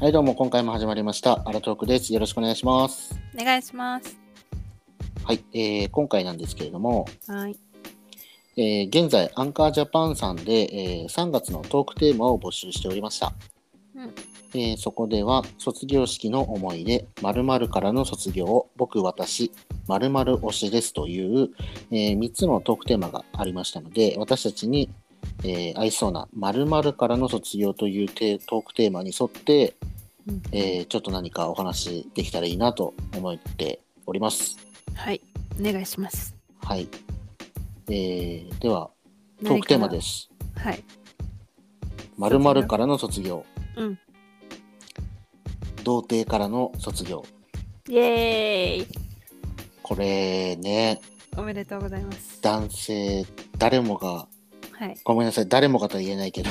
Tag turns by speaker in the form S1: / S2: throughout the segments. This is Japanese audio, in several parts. S1: はい、どうも、今回も始まりました。アラトークです。よろしくお願いします。
S2: お願いします。
S1: はい、えー今回なんですけれども、
S2: はい。
S1: えー現在、アンカージャパンさんで、えー3月のトークテーマを募集しておりました。
S2: うん
S1: えーそこでは、卒業式の思い出、〇〇からの卒業、僕、私、〇〇推しですという、え3つのトークテーマがありましたので、私たちに、えー合いそうな〇〇からの卒業というテートークテーマに沿って、えーちょっと何かお話できたらいいなと思っております。
S2: はい。お願いします。。
S1: はい。えーでは、トークテーマですす。
S2: はい。
S1: まるまるからの卒業。
S2: うん。
S1: 童貞からの卒業。
S2: イエーイ。
S1: これね、
S2: おめでとうございます。
S1: 男性、誰もが、
S2: はい。
S1: ごめんなさい、誰もがとは言えないけ ど、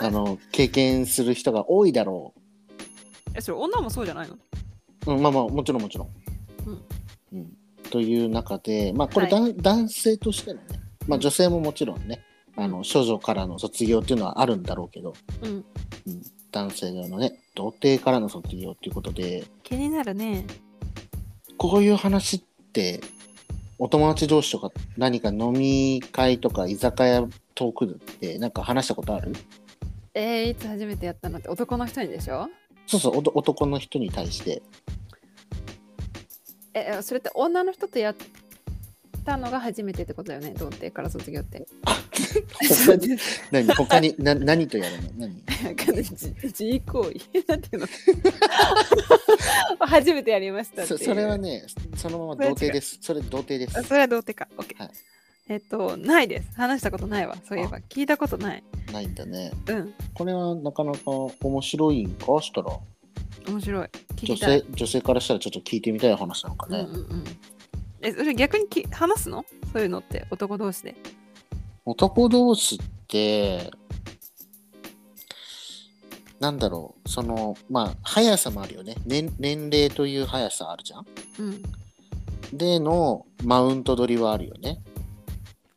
S1: あの、経験する人が多いだろ
S2: え、それ女もそうじゃないの？
S1: う。うん、まあまあ、もちろんもちろん。
S2: うん
S1: うんという中で、まあ、これ、
S2: はい
S1: だん男性としてのね、まあ、女性ももちろんね、あの少女からの卒業っていうのはあるんだろうけど、
S2: うん。
S1: うん、男性のね童貞からの卒業っていうことで
S2: 気になるね。
S1: こういう話ってお友達同士とか何か飲み会とか居酒屋トークでなんか話したことある
S2: えー、いつ初めてやったのって男の人にでしょ？
S1: そうそうおと男の人に対して
S2: え、えそれって女の人とやったのが初めてってことだよね。童貞から卒業って。
S1: 他に何他にな何とやるの何
S2: なんかね 自自慰行為なんていうの？ 初めてやりましたって
S1: そ
S2: い。
S1: うそれはねそのまま童貞ですそれ童貞です
S2: あそれは童貞か。オッケー。
S1: はい
S2: えっと、ないです。話したことないわ。そういえば。聞いたことない。
S1: ないんだね
S2: うん。
S1: これはなかなか面白いんかしたら
S2: 面白い。聞
S1: 女
S2: きたい。
S1: 性女性からしたらちょっと聞いてみたい話なのか
S2: うんう
S1: ね、
S2: んうん。え、それ逆にき話すのそういうのって男同士で。
S1: 男同士ってなんだろうそのまあ速さもあるよね年年齢という速さあるじゃん
S2: うん。
S1: でのマウント取りはあるよね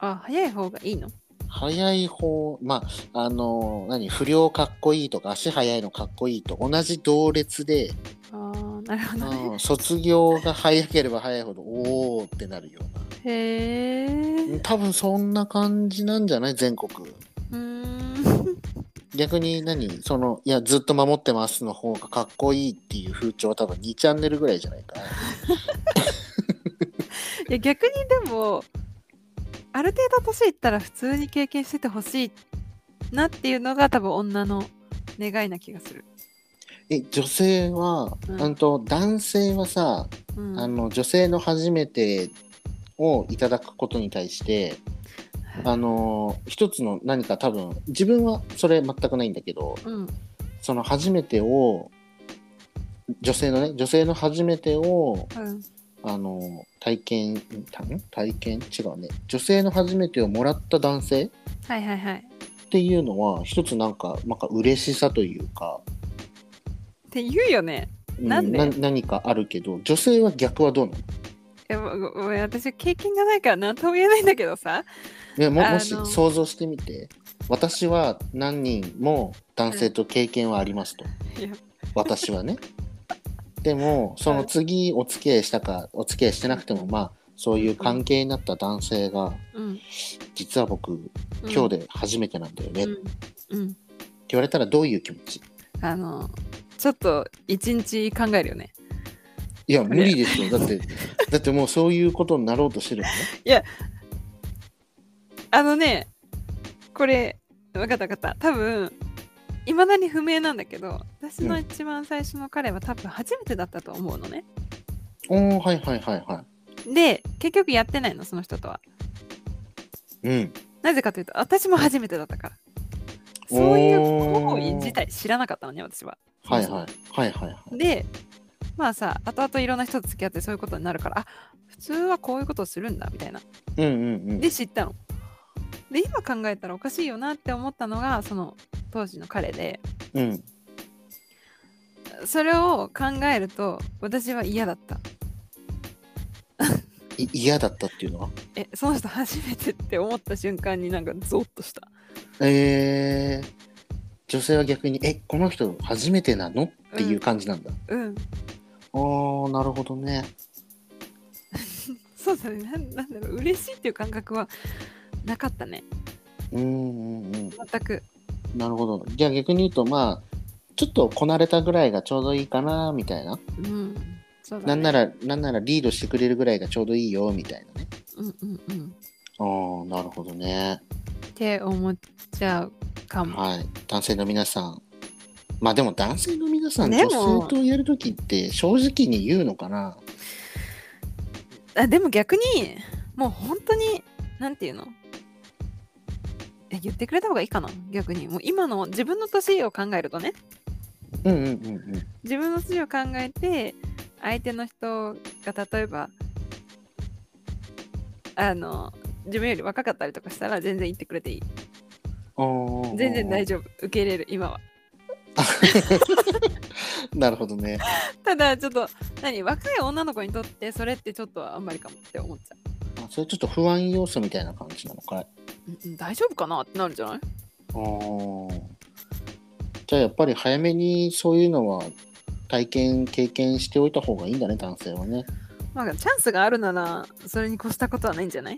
S2: あ、早い方がいいの
S1: 速い方まああの何不良かっこいいとか足速いのかっこいいと同じ同列で、
S2: ああ、なるほどね。
S1: うん 卒業が速ければ速いほどおおってなるような
S2: へえ。
S1: 多分そんな感じなんじゃない全国
S2: うーん。
S1: 逆に何そのいやずっと守ってますの方がかっこいいっていう風潮は多分2チャンネルぐらいじゃないかな
S2: いや、逆にでも、ある程度年いったら普通に経験しててほしいなっていうのが多分女の願いな気がする。
S1: え女性は、
S2: うん
S1: あんと男性はさ、
S2: うん。
S1: あの女性の初めてをいただくことに対してあの一つの何か多分自分はそれ全くないんだけど
S2: うん。
S1: その初めてを女性のね女性の初めてを
S2: うん。
S1: あの体験んたん体験違うね女性の初めてをもらった男性
S2: はいはいはい。
S1: っていうのは一つなんかなんか嬉しさというか、
S2: って言うよね。
S1: う
S2: なんで
S1: 何かあるけど女性は逆はどうなの
S2: えごごめん私経験がないから何とも言えないんだけどさ
S1: いやも
S2: あの
S1: もし想像してみて私は何人も男性と経験はありますと
S2: いや
S1: 私はねでもその次お付き合いしたかお付き合いしてなくてもまあそういう関係になった男性が
S2: うん
S1: 実は僕今日で初めてなんだよね
S2: う
S1: って
S2: ん、うん、
S1: 言われたらどういう気持ち
S2: あのちょっと一日考えるよね
S1: いや無理ですよだってだってもうそういうことになろうとしてるのね
S2: あのねこれ分かった分かった多分いまだに不明なんだけど私
S1: う
S2: の
S1: ん
S2: 一番最初の彼は多分初めてだったと思うのね、
S1: おおはいはいはいは
S2: で結局やってないのその人とはい
S1: うん
S2: なぜかというと私も初めてだったから
S1: おー
S2: そういう行為自体知らなかったのね私は
S1: はいはいはいはいはい
S2: でまあさ後々いろんな人と付き合ってそういうことになるからあ普通はこういうことをするんだみたいな
S1: うんうんうん
S2: で知ったので今考えたらおかしいよなって思ったのがその当時の彼で
S1: うん
S2: それを考えると私は嫌だった
S1: い嫌だったっていうのは
S2: えその人初めてって思った瞬間になんかゾッとした
S1: えー、女性は逆に「えこの人初めてなの?」っていう感じなんだ、
S2: うん
S1: あーなるほどね
S2: そうだねなんなんだろう嬉しいっていう感覚はなかったね
S1: うんうんうん
S2: 全く
S1: なるほどじゃあ逆に言うとまあちょっとこなれたぐらいがちょうどいいかなみたいな、
S2: うんそう
S1: な
S2: だね
S1: んならなんならリードしてくれるぐらいがちょうどいいよみたいなね
S2: うんうんうん
S1: あーなるほどね
S2: って思っちゃうかも
S1: はい男性の皆さんまあでも男性の皆さん
S2: で
S1: 女
S2: も
S1: 性とやるときって正直に言うのかな
S2: あでも逆にもう本当になんていうのえ言ってくれた方がいいかな逆にもう今の自分の年を考えるとね
S1: うんうんうんうん
S2: 自分の年を考えて相手の人が例えばあの自分より若かったりとかしたら全然言ってくれていい
S1: あー
S2: 全然大丈夫受け入れる今は
S1: なるほどね
S2: ただちょっと何若い女の子にとってそれってちょっとあんまりかもって思っちゃう
S1: あそれちょっと不安要素みたいな感じなのかい
S2: うんうん大丈夫かなってなるんじゃない
S1: あーじゃあやっぱり早めにそういうのは体験経験しておいた方がいいんだね男性はね
S2: まあチャンスがあるならそれに越したことはないんじゃない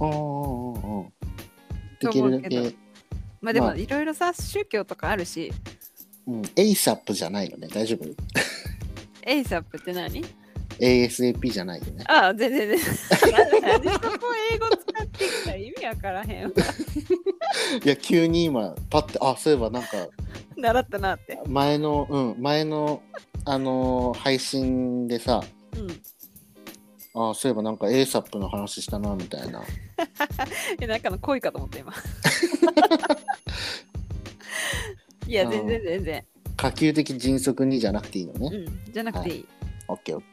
S1: ああうん
S2: と
S1: でき
S2: 思う
S1: るだ
S2: けど
S1: け、
S2: まあで
S1: ま
S2: も
S1: あ
S2: いろいろさ宗教とかあるし
S1: うん、ASAP じゃないのね大丈夫
S2: ASAP って何
S1: ASAP じゃないよ ね
S2: ああ全然全然なんでそこ英語使ってきたら意味わからへんわ
S1: いや急に今パッてあそういえばなんか
S2: 習ったなって
S1: 前のうん前のあのー配信でさ
S2: うん
S1: あそういえばなんか ASAP の話したなみたいな
S2: えなんかの恋かと思って今 いや
S1: うん
S2: 全然全然
S1: 可及的迅速にじゃなくていいのね
S2: うんじゃなくていい、
S1: OKOK
S2: うん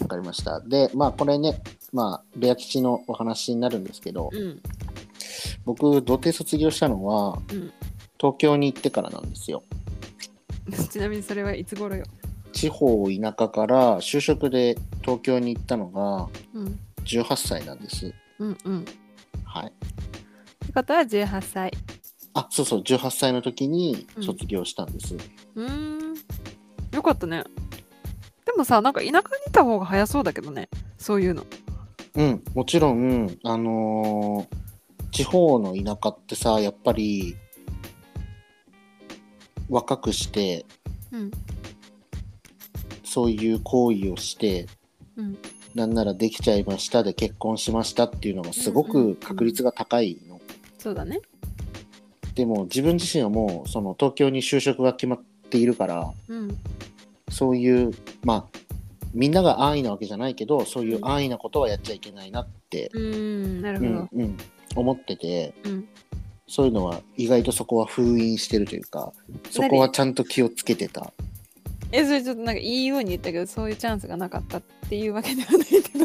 S1: わかりましたでまあこれねまあレア吉のお話になるんですけど
S2: うん
S1: 僕童貞卒業したのは、
S2: うん
S1: 東京に行ってからなんですよ
S2: ちなみにそれはいつ頃よ
S1: 地方田舎から就職で東京に行ったのが
S2: うん
S1: 18歳なんです。
S2: うんうんっ
S1: はい、
S2: てことは18歳
S1: あそうそう18歳の時に
S2: うん
S1: 卒業したんです。
S2: うーんよかったねでもさなんか田舎にいた方が早そうだけどねそういうの
S1: うん、もちろん、あのー地方の田舎ってさやっぱり若くして
S2: うん
S1: そういう行為をして
S2: うん
S1: なんならできちゃいましたで結婚しましたっていうのがすご
S2: うんうんうん
S1: く確率が高いの
S2: そうだね
S1: でも自分自身はもうその東京に就職が決まっているから
S2: うん
S1: そういうまあみんなが安易なわけじゃないけどそういう
S2: うん
S1: 安易なことはやっちゃいけないなって、
S2: うーんなる
S1: う
S2: ほ
S1: ん
S2: ど
S1: うん、思ってて
S2: うん
S1: そういうのは意外とそこは封印してるというかそこはちゃんと気をつけてた
S2: えそれちょっとなんかいいように言ったけどそういうチャンスがなかったっていうわけではないけど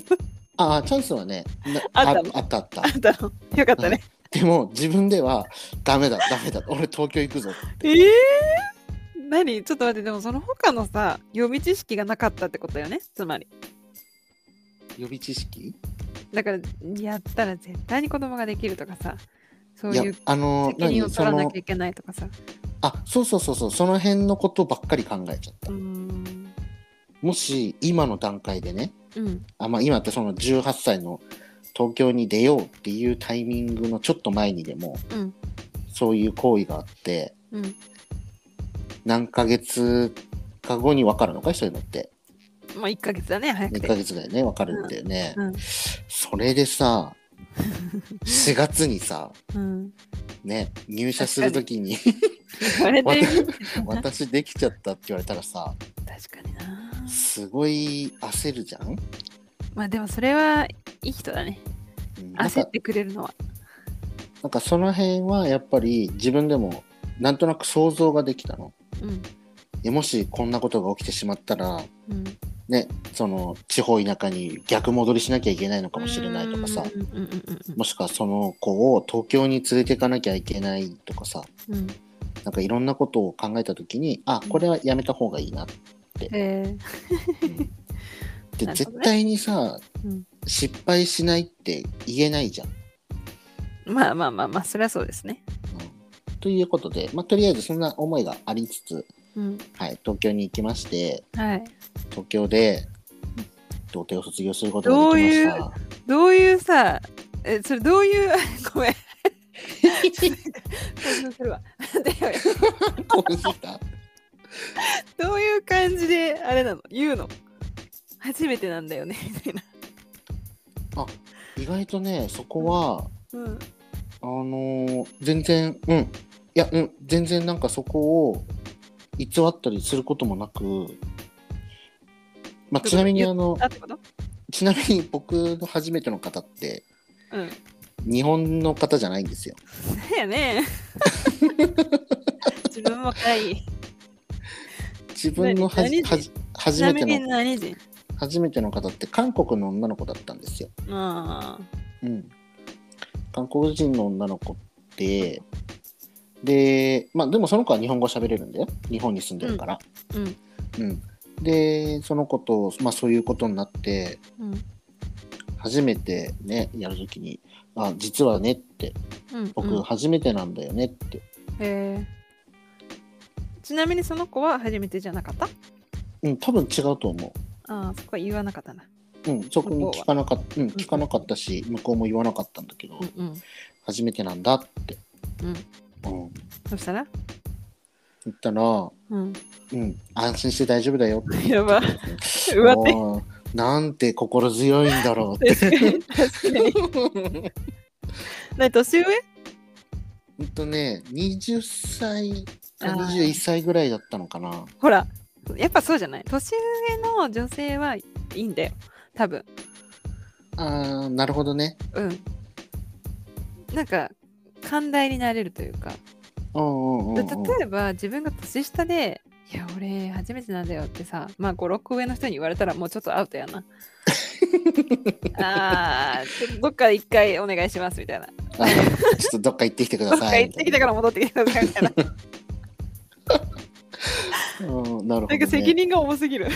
S1: ああチャンスはねな
S2: あった
S1: あ
S2: の
S1: あったあった
S2: あったの よかったね
S1: でも自分ではダメだダメだ俺東京行くぞ
S2: ええー、何ちょっと待ってでもその他のさ予備知識がなかったってことよねつまり
S1: 予備知識
S2: だからやったら絶対に子供ができるとかさそう
S1: いや
S2: いう
S1: あの
S2: 責任を
S1: 何そ
S2: 取らな
S1: の
S2: きゃいけないとかさ
S1: あそうそうそうそうその辺のことばっかり考えちゃった
S2: うーん
S1: もし今の段階でね
S2: うん
S1: あ、まあ、今ってその18歳の東京に出ようっていうタイミングのちょっと前にでも
S2: うん
S1: そういう行為があって
S2: うん
S1: 何ヶ月か後に分かるのかそういうのって
S2: まあ1ヶ月だね、早く
S1: 1
S2: て。
S1: ヶ月だよね分かるんだよね、
S2: うんうん
S1: それで さ4月にさ
S2: うん。
S1: ね入社する時に
S2: 言われてみる
S1: 「私できちゃった」って言われたらさ
S2: 確かにな。
S1: すごい焦るじゃん、
S2: まあでもそれはいい人だね。
S1: うんなん
S2: 焦
S1: か
S2: ってくれるのは。
S1: なんかその辺はやっぱり自分でもなんとなく想像ができたの。
S2: うん。
S1: えもしこんなことが起きてしまったら、
S2: うん、
S1: ね、その地方田舎に逆戻りしなきゃいけないのかもしれないとかさ、
S2: うんうんうん
S1: もしくはその子を東京に連れていかなきゃいけないとかさ、
S2: うんうん。
S1: なんかいろんなことを考えた時に、あ、これはやめた方がいいなって。
S2: えー、
S1: で、
S2: なるほどね
S1: 絶対にさ、
S2: うん
S1: 失敗しないって言えないじゃん。
S2: まあまあまあまあ、そりゃそうですね。
S1: うんということで、まあ、とりあえずそんな思いがありつつ、
S2: うん、
S1: はい、東京に行きまして、
S2: はい。
S1: 東京で童貞を卒業することができました。
S2: どどういうさ、え、それどういう、ごめん。興奮するわで
S1: 興奮してきた
S2: どういう感じであれなの言うの初めてなんだよねみたいな。
S1: 意外とね、そこは、
S2: うん、
S1: あのー全然、うん、いや、うん、全然なんかそこを偽ったりすることもなく、まあ、ちなみにあの、
S2: あってこと
S1: ちなみに僕の初めての方って、
S2: うん。
S1: 日本の方じゃないんですよ。
S2: だよね。自分もかい。
S1: 自分のはじ
S2: 何人
S1: はじ初
S2: ちな
S1: め
S2: み
S1: て
S2: に
S1: の
S2: 何人
S1: 初めての方って韓国の女の子だったんですよ。
S2: あ
S1: うん、韓国人の女の子ってでまあでもその子は日本語喋れるんだよ日本に住んでるから。
S2: あ。うん。
S1: うんでその子と、まあ、そういうことになって
S2: うん。
S1: 初めてねやるときに「あ実はね」って
S2: う
S1: 「
S2: ん
S1: 僕初めてなんだよね」って、
S2: えーちなみにその子は初めてじゃなかった
S1: うん多分違うと思
S2: ああ、そこは言わなかったな。
S1: う。うん、そこに
S2: 向こうは
S1: 聞かなかった、うん、聞かなかったし、向こうも言わなかったんだけど、
S2: うんうん。
S1: 初めてなんだって、
S2: うん。
S1: うん、
S2: そしたら
S1: 言ったら、
S2: うん。
S1: うん、安心して大丈夫だよって
S2: やば。うわ って。
S1: おーなんて心強いんだろう って。
S2: 確かに。確かに。何、年上
S1: ほんとね、20歳か
S2: あー
S1: 21歳ぐらいだったのかな。
S2: ほら、やっぱそうじゃない年上の女性はいいんだよ。多分。
S1: あーなるほどね。
S2: うん。なんか、寛大になれるというか。
S1: うんうんうん、う
S2: で
S1: ん。
S2: 例えば自分が年下で「いや俺初めてなんだよ」ってさまあ56個上の人に言われたらもうちょっとアウトや なあーちょっとどっかで一回お願いしますみた いな
S1: あーちょっとどっか行ってきてく
S2: ど
S1: だ
S2: っ
S1: さ
S2: か
S1: い。
S2: 行ってきたから戻ってきてくださいみたいな
S1: ら。うん、なるほど、ね。
S2: なんか責任が重すぎる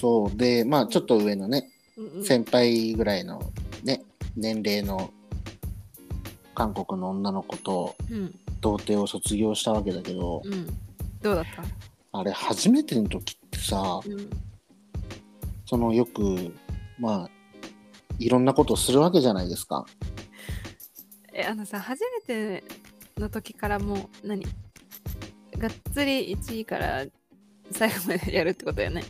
S1: そう。で、まあ、ちょっと上のね、
S2: うんうん
S1: 先輩ぐらいのね、年齢の韓国の女の子と
S2: うん
S1: 童貞を卒業したわけだけど、
S2: うんどうだった
S1: あれ、初めての時ってさ、
S2: うん
S1: そのよくまあいろんなことをするわけじゃないですか。
S2: えあのさ初めての時からもう何がっつり1位から最後までやるってことよね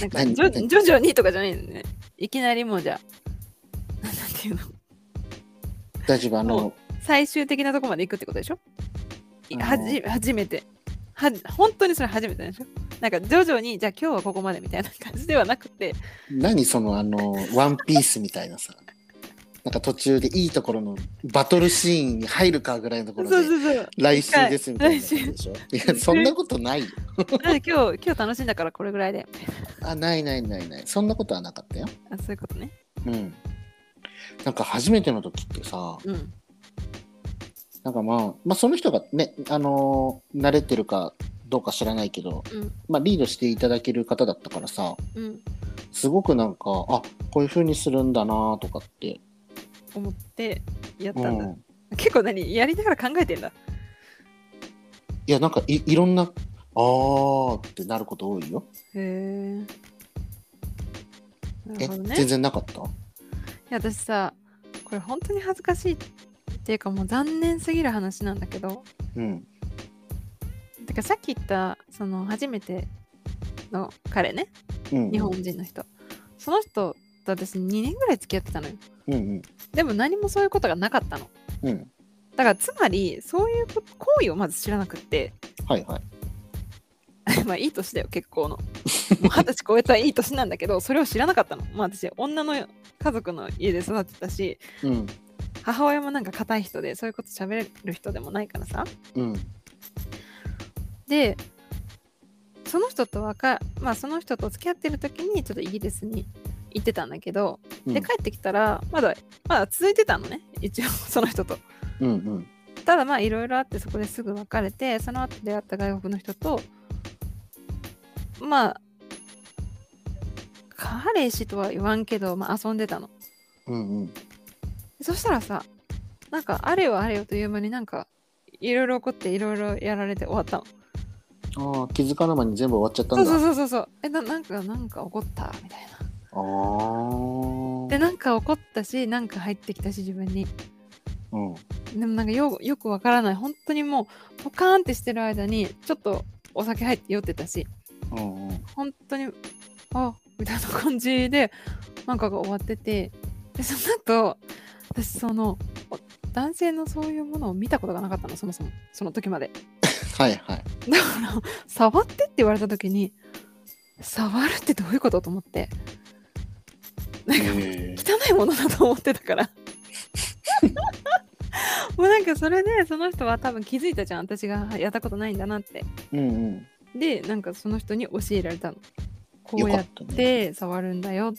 S2: なんか
S1: 何
S2: じょ
S1: 何
S2: 徐々にとかじゃないよねいきなりもうじゃあなんていうの
S1: 大丈夫あの
S2: 最終的なとこまで行くってことでしょい
S1: あの
S2: はじ初めては本当にそれ初めてなんでしょなんか徐々にじゃあ今日はここまでみたいな感じではなくて
S1: 何そのあのワンピースみたいなさなんか途中でいいところのバトルシーンに入るかぐらいのとこ
S2: そう
S1: ろ
S2: そ
S1: で
S2: うそう
S1: 来週ですみたいな感じでしょ。いやそんなことないよ。
S2: なんか今日今日楽しんだからこれぐらいで
S1: あないないないないそんなことはなかったよ。
S2: あそういうことね
S1: うん。なんか初めての時ってさ
S2: うん
S1: なんかまあ、まあ、その人がねあのー慣れてるかどうか知らないけど、
S2: うん
S1: まあ、リードしていただける方だったからさ、
S2: うん
S1: すごくなんかあこういう風にするんだなとかって、
S2: 思ってやっ
S1: う
S2: たんだ、
S1: ん、
S2: 結構何やりながら考えてんだ
S1: いやなんかいいろんなあーってなること多いよ、
S2: へえなる
S1: え
S2: ほどねい
S1: 全然なかった
S2: や私さこれ本当に恥ずかしいっていうかもう残念すぎる話なんだけど
S1: うん
S2: てかさっき言ったその初めての彼ね
S1: うん
S2: 日本人の人、その人と私2年ぐらい付き合ってたのよ
S1: うんうん
S2: でも何もそういうことがなかったの
S1: うん
S2: だからつまりそういうこ行為をまず知らなくって
S1: はいはい
S2: まあいい年だよ結構のもう二十歳超えたいい年なんだけどそれを知らなかったのまあ私女の家族の家で育ってたし
S1: うん
S2: 母親もなんか硬い人でそういうこと喋れる人でもないからさ
S1: うん
S2: でその人とわかまあその人と付き合ってる時にちょっとイギリスに行ってたんだけど、
S1: うん
S2: で帰ってきたらまだまだ続いてたのね一応その人と
S1: うんうん
S2: ただまあいろいろあってそこですぐ別れてその後出会った外国の人とまあ彼氏とは言わんけど、まあ、遊んでたの
S1: うんうん
S2: そしたらさなんかあれよあれよという間になんかいろいろ起こっていろいろやられて終わったの
S1: ああ、気づかぬ間に全部終わっちゃった
S2: そ
S1: ん
S2: う
S1: だ。
S2: そう
S1: う
S2: そうそうそうえななんかなんか起こったみたいな
S1: あ
S2: でなんか起こったしなんか入ってきたし自分に
S1: あ。うん。
S2: でもなんかよよくわからない本当にもうポカーンってしてる間にちょっとお酒入って酔ってたし
S1: うんうん。
S2: 本当にあみたいな感じでなんかが終わっててでその後私そのお男性のそういうものを見たことがなかったのそもそもその時まで
S1: はい はい。
S2: だから触ってって言われた時に触るってどういうことと思ってなんか
S1: えー
S2: 汚いものだと思ってたから もうなんかそれでその人は多分気づいたじゃん私がやったことないんだなって
S1: うん
S2: でなんかその人に教えられたのこ
S1: うん。よ
S2: う
S1: か
S2: やっ
S1: ったね。
S2: て触るんだよ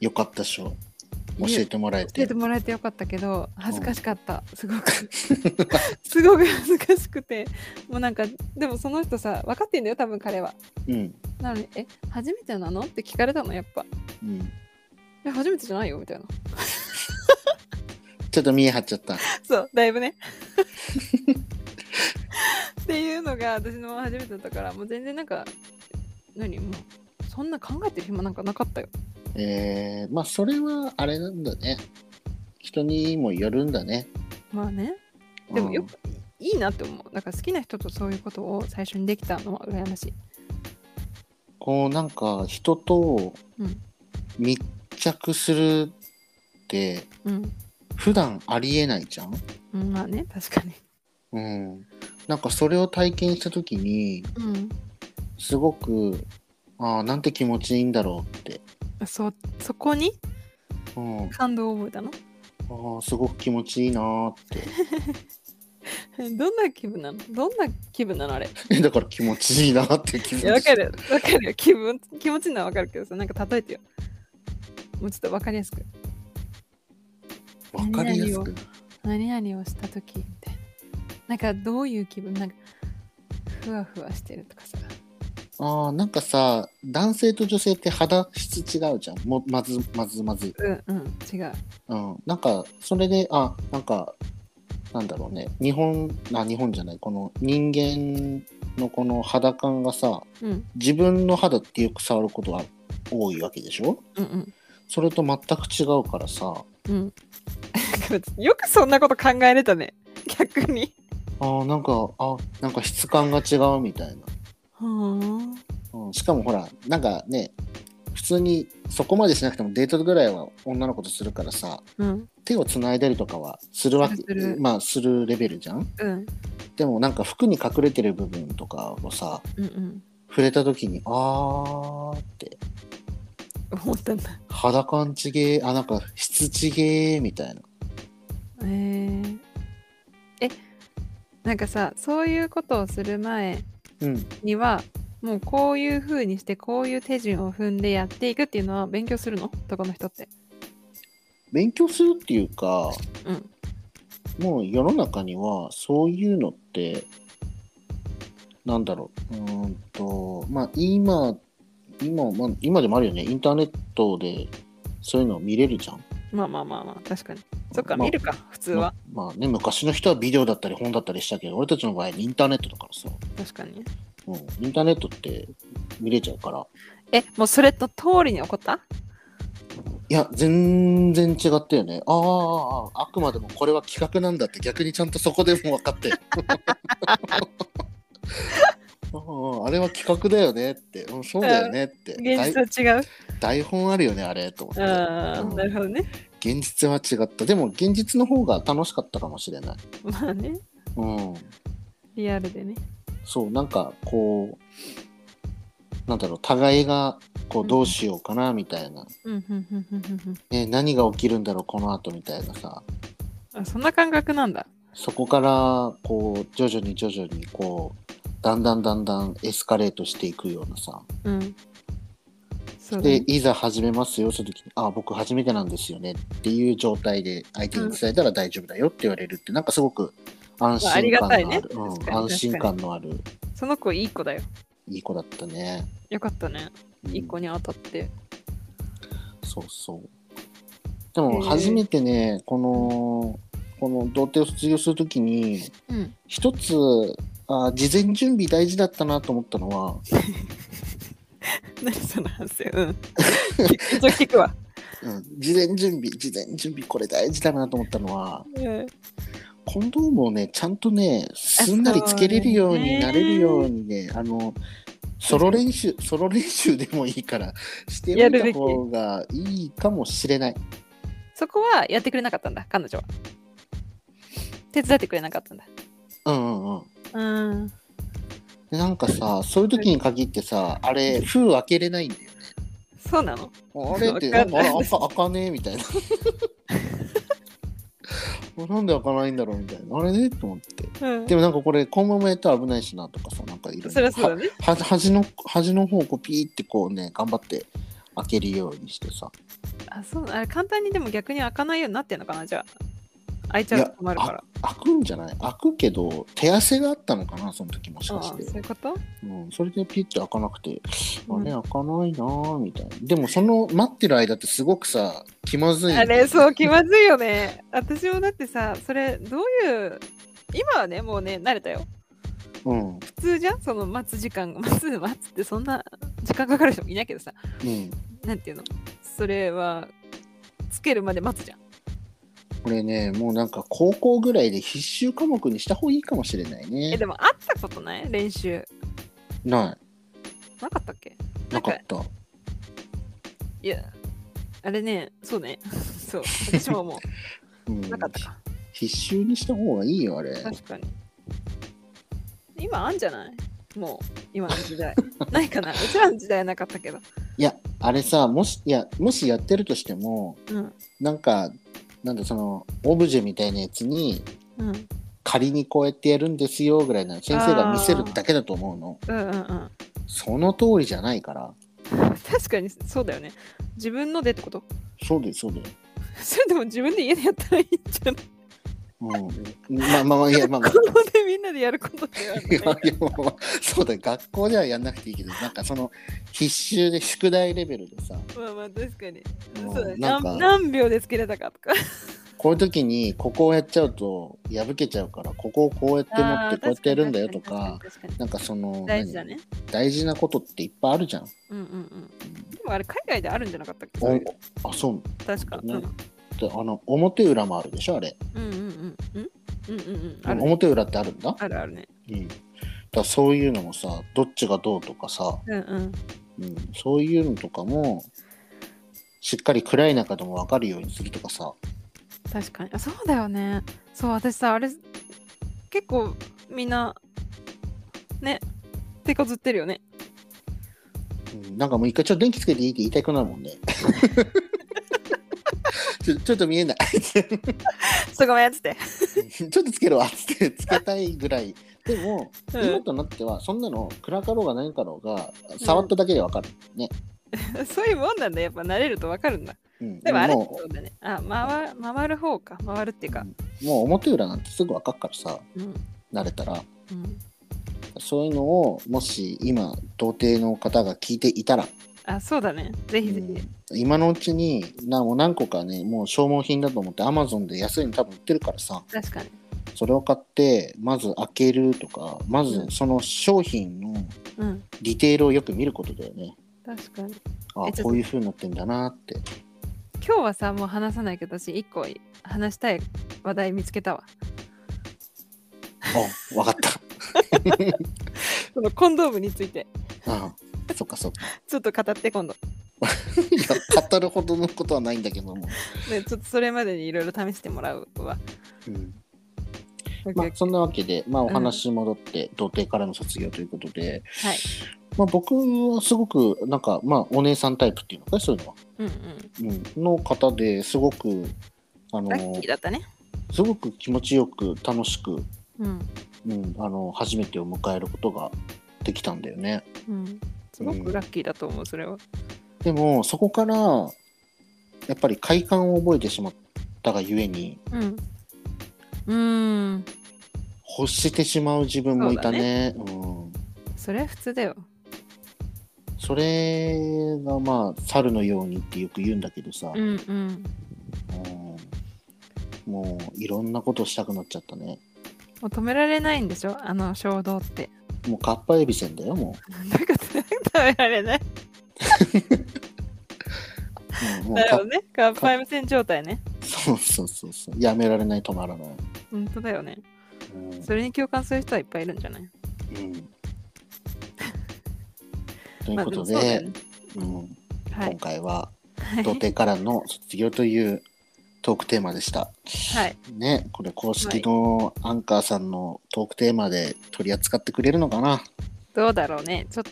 S1: よかったっしょ。教えてもらえ
S2: 教え
S1: て
S2: て。もらえてよかったけど恥ずかしかった、すごく すごく恥ずかしくてもうなんかでもその人さ分かってんだよ多分彼は
S1: うん。
S2: なのに「え初めてなの?」って聞かれたのやっぱ「
S1: うん。
S2: え初めてじゃないよ」みたいな
S1: ちょっと見え張っちゃった。
S2: そうだい ぶねっていうのが私の初めてだったからもう全然なんか何もうそんな考えてる暇なんかなかったよ
S1: えー、まあそれはあれなんだね。人にもよるんだね。
S2: まあねでもよ
S1: うん
S2: くいいなって思うだから好きな人とそういうことを最初にできたのは羨ましい
S1: こうなんか人と
S2: うん
S1: 密着するって
S2: うん
S1: 普段ありえないじゃん。
S2: うんまあね確かに
S1: うん。なんかそれを体験した時に
S2: うん
S1: すごくああなんて気持ちいいんだろうって。
S2: そそこに
S1: うん。あ
S2: 感動を覚えたの
S1: あすごく気持ちいいなーって。
S2: どんな気分なのどんな気分なのあ れ
S1: え だから気持ちいいなーって気持
S2: い
S1: ち。
S2: やわかるわかるよ気分気持ちいいのはわかるけどさなんか例えてよもうちょっとわかりやすく
S1: わかりやす
S2: 何
S1: く。
S2: 何々をした時みたいななんかどういう気分なんかふわふわしてるとかさ
S1: ああなんかさ男性と女性って肌質違うじゃん。もまずまずまず。
S2: うんうん違う
S1: うん、なんかそれであなんかなんだろうね日本あ日本じゃないこの人間のこの肌感がさ
S2: うん
S1: 自分の肌ってよく触ることが多いわけでしょ
S2: うんうん
S1: それと全く違うからさ
S2: うん よくそんなこと考えれたね逆に
S1: あーなんかあなんか質感が違うみたい
S2: は
S1: な、うん、しかもほらなんかね普通にそこまでしなくてもデートぐらいは女の子とするからさ
S2: あうん
S1: 手をつないだりとかはするわけ
S2: する
S1: まあするレベルじゃん
S2: うん
S1: でもなんか服に隠れてる部分とかをさ
S2: うんうん
S1: 触れた時にあーって
S2: 思ったんだ
S1: 肌感ちげーあなんか質ちげーみたいな
S2: えー、えなんかさそういうことをする前
S1: うん
S2: にはもうこういう風にしてこういう手順を踏んでやっていくっていうのは勉強するの男の人って
S1: 勉強するっていうか
S2: うん
S1: もう世の中にはそういうのってなんだろううーんとまあ今今,、まあ、今でもあるよねインターネットでそういうの見れるじゃん
S2: まあまあまあまあ確かにそっか
S1: まあ
S2: 見るか普通
S1: ま
S2: は
S1: まあね昔の人はビデオだったり本だったりしたけど俺たちの場合インターネットだからさ、
S2: 確かに
S1: うん、インターネットって見れちゃうから
S2: えもうそれと通りに起こった
S1: いや、全然違ったよね。ああああ、あくまでもこれは企画なんだって、逆にちゃんとそこでも分かって。 あああれは企画だよねって、うんそうだよねって、
S2: 現
S1: 台
S2: 実は違う
S1: 台本あるよね、あれと思って、
S2: あ
S1: う
S2: ー
S1: ん
S2: なるほどね
S1: 現実は違った。でも、現実の方が楽しかったかもしれない。
S2: まあね
S1: うん、
S2: リアルでね
S1: そう、なんかこう、なんだろう、互いがこうどうしようかなみたいな、
S2: うんうんうんうんうんうん
S1: ね何が起きるんだろう、この後みたいなさ。
S2: あそんな感覚なんだ
S1: そこからこう徐々に徐々にこうだんだんだんだんエスカレートしていくようなさ
S2: うんそうだ
S1: で
S2: ね
S1: いざ始めますよその時に「あ僕初めてなんですよね」っていう状態で相手に伝えたら大丈夫だよって言われるってなんかすごく安
S2: まああり
S1: 心感の
S2: が
S1: あ
S2: たい
S1: る
S2: ね、
S1: うん
S2: 確かに
S1: 安心感のある
S2: その子いい子だよ
S1: いい子だったね。
S2: よかったね
S1: うん
S2: いい子に当たって
S1: そうそうでも初めてねこのこの童貞を卒業するときに
S2: うん。
S1: 一つあー事前準備大事だったなと思ったのは
S2: 何その反省うん。 聞く聞くわ。
S1: うん事前準備事前準備これ大事だなと思ったのは
S2: うん
S1: コンドームをねちゃんとねすんなりつけれるようになれるようにねあのソロ練習ソロ練習でもいいからしてお
S2: や
S1: い
S2: る
S1: た
S2: べき
S1: 方がいいかもしれない
S2: そこはやってくれなかったんだ、彼女は。手伝ってくれなかったんだ。
S1: うんうんうん
S2: うん。
S1: でなんかさそういう時に限ってさあれ封開けれないんだよね
S2: そうなの
S1: あれってな
S2: わか
S1: ん
S2: ん
S1: かあ
S2: な
S1: れ
S2: い
S1: 開か開かねえみたいな あなんで開かないんだろうみたいなあれねと思って
S2: うん
S1: で。もなんかこれこのままやったら危ないしなとかさなんかいろい
S2: そりゃそうだ
S1: ろ
S2: ね。
S1: はは端の端の方をこうピーってこうね頑張って開けるようにしてさ
S2: あ、そうなのあれ簡単にでも逆に開かないようになってんのかな、じゃあ。開いちゃうと困るから。
S1: 開くんじゃない開くけど手汗があったのかなその時もし
S2: ああ
S1: かし
S2: そう
S1: て
S2: いうこと
S1: うん、それでピッて開かなくて、
S2: うん
S1: あれ開かないなーみたいなでもその待ってる間ってすごくさ気まずいんだ
S2: あ
S1: よね
S2: れ、そう、気まずいよね。私もだってさ、それ、どういう、今はね、もうね、慣れたよ。
S1: うんうん
S2: 普通じゃんその待つ時間が、待つ、待つってそんな時間かかる人もいないけどさ、なんていうのそれは、つけるまで待つじゃん。
S1: これねもうなんか高校ぐらいで必修科目にした方がいいかもしれない
S2: え、
S1: ね
S2: でも、会ったことない練習。
S1: な
S2: なかったっけ
S1: いなかった
S2: いや、あれね、そうね。 そう、私もも
S1: うん
S2: う、なかったか。
S1: 必修にした方がいいよあれ
S2: 確かに。今あんじゃないもう、今の時 代。ないかなうちらの時代はなかったけど。
S1: いやあれさもしいやもしやってるとしても
S2: うん。
S1: なんかなんだそのオブジェみたいなやつに
S2: うん。
S1: 仮にこうやってやるんですよぐらいな先生が見せるだけだと思うの
S2: うんうんうん。
S1: その通りじゃないから
S2: 確かにそうだよね。自分のでってこと
S1: そうですそうです
S2: それでも自分で家でやったらいいんじゃない
S1: うん、まあまあまあいやまあまあ
S2: 子供でみんなでやることではない
S1: いやいやまあまあそうだよ学校ではやんなくていいけどなんかその必修で宿題レベルでさ
S2: まあまあ確かに。
S1: うん
S2: そうだね。
S1: なんか
S2: 何何秒 でつけれたかとか。
S1: こういう時にここをやっちゃうと破けちゃうからここをこうやって持
S2: あ
S1: っ
S2: ー
S1: てこうやってやるんだよとか。
S2: 確かに確かに確か
S1: なんかその
S2: に大事だね。
S1: 何大事なことっていっぱいあるじゃん。
S2: うんうんうん。でもあれ海外であるんじゃなかったっけ
S1: おあそう
S2: 確か。う
S1: ね
S2: ん
S1: であの表裏もあるでしょあれ
S2: うんうんうん。んうんうんうん。ある
S1: 表裏ってあるんだ,、
S2: あるあるね。
S1: うん、だからそういうのもさどっちがどうとかさ、
S2: うんうん。
S1: うん、そういうのとかもしっかり暗い中でも分かるようにするとかさ
S2: 確かに。あ、そうだよね。そう、私さ、あれ、結構みんな、ね、手こずってるよね。
S1: うんなんかもう一回ちょっと電気つけていいって言いたくなるもん ね。ちょちょっと見えない。
S2: ちょっとごめんっつって。
S1: ちょっとつけるわっつってつけたいぐらい。でも、
S2: うん
S1: 今となってはそんなの暗かろうが何かろうが触っただけでわかる。
S2: そういうもんなんだ。やっぱ慣れるとわかるんだ。
S1: うん
S2: でもあれ
S1: も
S2: そうだね。あ、回る回る方か。回るっていうか。
S1: うもう表裏なんてすぐわかるからさ
S2: うん。
S1: 慣れたら
S2: うん、
S1: そういうのをもし今童貞の方が聞いていたら、
S2: あ、そうだね。ぜひぜひ。
S1: うん今のうちになもう何個かねもう消耗品だと思って Amazon で安いの多分売ってるからさ、
S2: 確かに。
S1: それを買ってまず開けるとかまずその商品の
S2: うん。
S1: ディテールをよく見ることだよね
S2: 確かに。
S1: あ
S2: えちょっと
S1: こういう風になってんだなって
S2: 今日はさ、もう話さないけど、私、一個話したい話題見つけたわ。
S1: あ分かった
S2: そのコンドームについて。
S1: あそっかそっか
S2: ちょっと語って今度。
S1: いや語るほどのことはないんだけども、
S2: ね、ちょっとそれまでにいろいろ試してもらうわ。
S1: うんまあ、そんなわけで、まあ、お話戻って、童貞からの卒業ということで、
S2: はい。
S1: まあ、僕はすごくなんか、まあ、お姉さんタイプっていうのかそういうのは、
S2: うんうん。
S1: うん、の方ですごくあ
S2: ラッ
S1: の
S2: キーだったね。
S1: すごく気持ちよく楽しく
S2: うん。
S1: うん、あの初めてを迎えることができたんだよね。
S2: うん。すごくラッキーだと思う、それは。
S1: でもそこからやっぱり快感を覚えてしまったがゆえに
S2: うん。うーん。
S1: 欲してしまう自分もいたね。そ
S2: それは普通だよ。
S1: うん、それがまあ猿のようにってよく言うんだけどさ、
S2: うんうん。
S1: うんもういろんなことしたくなっちゃったね。
S2: もう止められないんでしょあの衝動って。
S1: もうかっぱえびせんだよ、も。
S2: どういうこと食べられないう
S1: もうもう
S2: なるほ
S1: か
S2: どね。カッパイム線状態ね。
S1: そうそうそうそう。やめられない、止まらない。
S2: 本当だよね。
S1: うん
S2: それに共感する人はいっぱいいるんじゃない
S1: うん、ということで,、
S2: まあもそうだよね
S1: うん、
S2: は
S1: 今
S2: い。
S1: 回は
S2: は
S1: 「土
S2: い。
S1: 手からの卒業」というトークテーマでした。
S2: はい。
S1: ね、これ公式のアンカーさんのトークテーマで取り扱ってくれるのかな、
S2: どうだろうね。ちょっと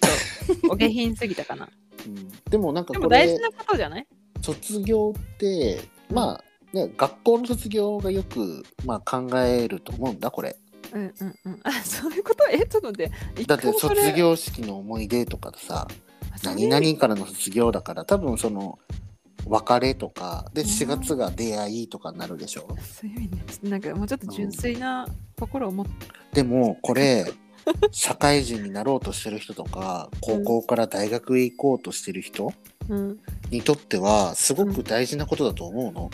S2: お下品すぎた か
S1: う
S2: な。
S1: ん、でもなんか
S2: で
S1: こ
S2: も大
S1: れ
S2: 事なことじゃない
S1: 卒業ってまあ、ね、学校の卒業がよく、まあ、考えると思うんだこれ。
S2: うんうんうん。あ、そういうことえ、ちょっと待って。一
S1: だって
S2: 回もそれ
S1: 卒業式の思い出とかさ
S2: あそうい
S1: 何
S2: う
S1: 々からの卒業だから多分その別れとかで
S2: うん
S1: 4月が出会いとかになるでしょ
S2: そういう意味ね。ちょっとなんかもうちょっと純粋な心を持って。
S1: でもこ れ社会人になろうとしてる人とか高校から大学へ行こうとしてる人
S2: うん。
S1: にとってはすごく大事なことだと思うの。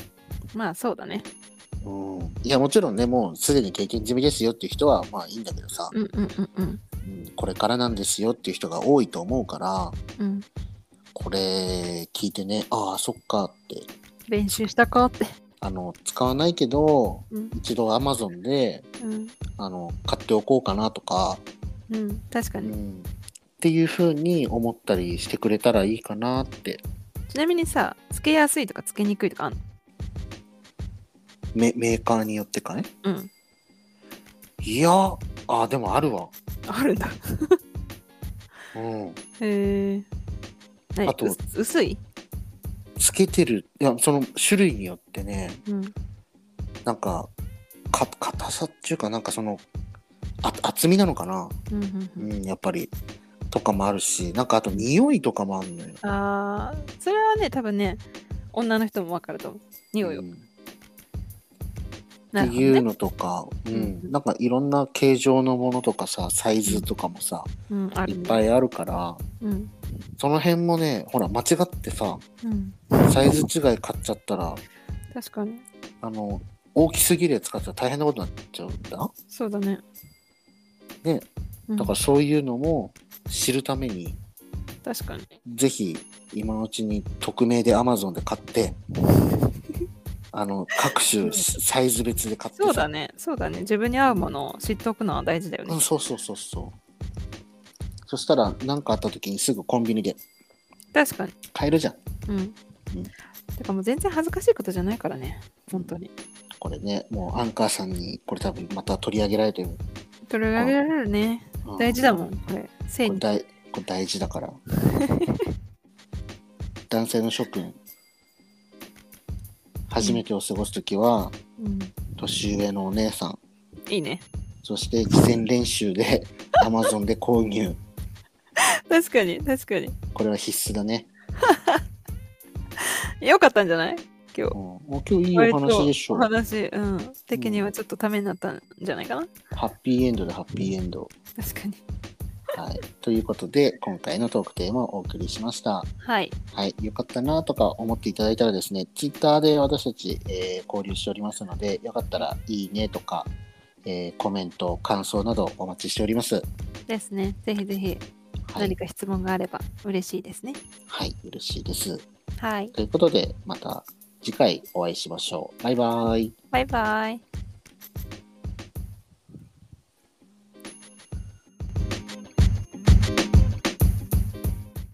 S2: まあそうだね。
S1: うん、いやもちろんねもうすでに経験済みですよっていう人はまあいいんだけどさ、
S2: うんうんうんう
S1: う
S2: ん。
S1: んこれからなんですよっていう人が多いと思うから
S2: うん。
S1: これ聞いてねああそっかって
S2: 練習したかって。
S1: あの使わないけど
S2: うん
S1: 一度 Amazon で
S2: うん。
S1: あの買っておこうかなとか、
S2: うん。確か
S1: う
S2: に。
S1: ん、っていうふうに思ったりしてくれたらいいかなって
S2: ちなみにさ、つけやすいとかつけにくいとかあんの
S1: メメーカーによってかね
S2: うん。
S1: いやあーでもあるわ、
S2: あるんだ。
S1: うん、
S2: へえ。何
S1: あと
S2: う薄い
S1: つけてるいやその種類によってね
S2: うん。
S1: なんかか硬さっていうかなんかそのあ厚みなのかな、
S2: うん
S1: う
S2: うん
S1: ん、やっぱりとかもあるしなんかあと匂いとかもあるのよ
S2: うん、ああ、それはね、多分ね、女の人もわかると思う。匂いを。
S1: うん
S2: な
S1: っ
S2: る
S1: て
S2: ほど
S1: いう
S2: ね。
S1: のとか、う
S2: うん
S1: ん、なんかいろんな形状のものとかさサイズとかもさ、
S2: うん、ある
S1: いっ
S2: ね
S1: ぱいあるから
S2: うん。
S1: その辺もねほら間違ってさ
S2: うん。
S1: サイズ違い買っちゃったら
S2: 確かに。
S1: あの大きすぎるやつ買っちゃったら大変なことになっちゃうんだ
S2: そうだね。
S1: ね
S2: うん、
S1: だからそういうのも知るために
S2: 確かに。
S1: ぜひ今のうちに匿名で Amazon で買ってあの各種サイズ別で買ってさ
S2: そうだね。そうだね。自分に合うものを知っておくのは大事だよ
S1: う
S2: ね
S1: ん、。そうそうそうそう。そしたら何かあった時にすぐコンビニで
S2: 確かに。
S1: 買えるじゃん。
S2: うん
S1: うん。
S2: てかもう全然恥ずかしいことじゃないからね。本当に。
S1: これね、もうアンカーさんにこれ多分また取り上げられてる。
S2: 取り上げられるね。
S1: うん
S2: 大事だもん、これ。
S1: こ
S2: 性
S1: れ
S2: に。
S1: 大これ大事だ から。男性の諸君、初めてを過ごす時は、
S2: うん。
S1: 年上のお姉さん、
S2: いいね。
S1: そして事前練習 で Amazon で購入。
S2: 確かに、確かに。
S1: これは必須だね。
S2: よかったんじゃない今
S1: う
S2: 日。
S1: ん、もう今日いいお話でしょ
S2: お。話、うん。的にはちょっとためになったんじゃないかな。
S1: ハッピーエンドでハッピーエンド。
S2: 確かに。
S1: はい、ということで今回のトークテーマをお送りしました。
S2: はい。
S1: はい、よかったなとか思っていただいたらですね Twitter で私たち、えー交流しておりますのでよかったらいいねとか、えーコメント感想などお待ちしております。
S2: ですね。ぜひぜひ、
S1: は
S2: 何
S1: い、
S2: か質問があれば嬉しいですね。
S1: はい、嬉しいです。
S2: はい。
S1: ということでまた次回お会いしましょう。バイバイ。
S2: バイバイ。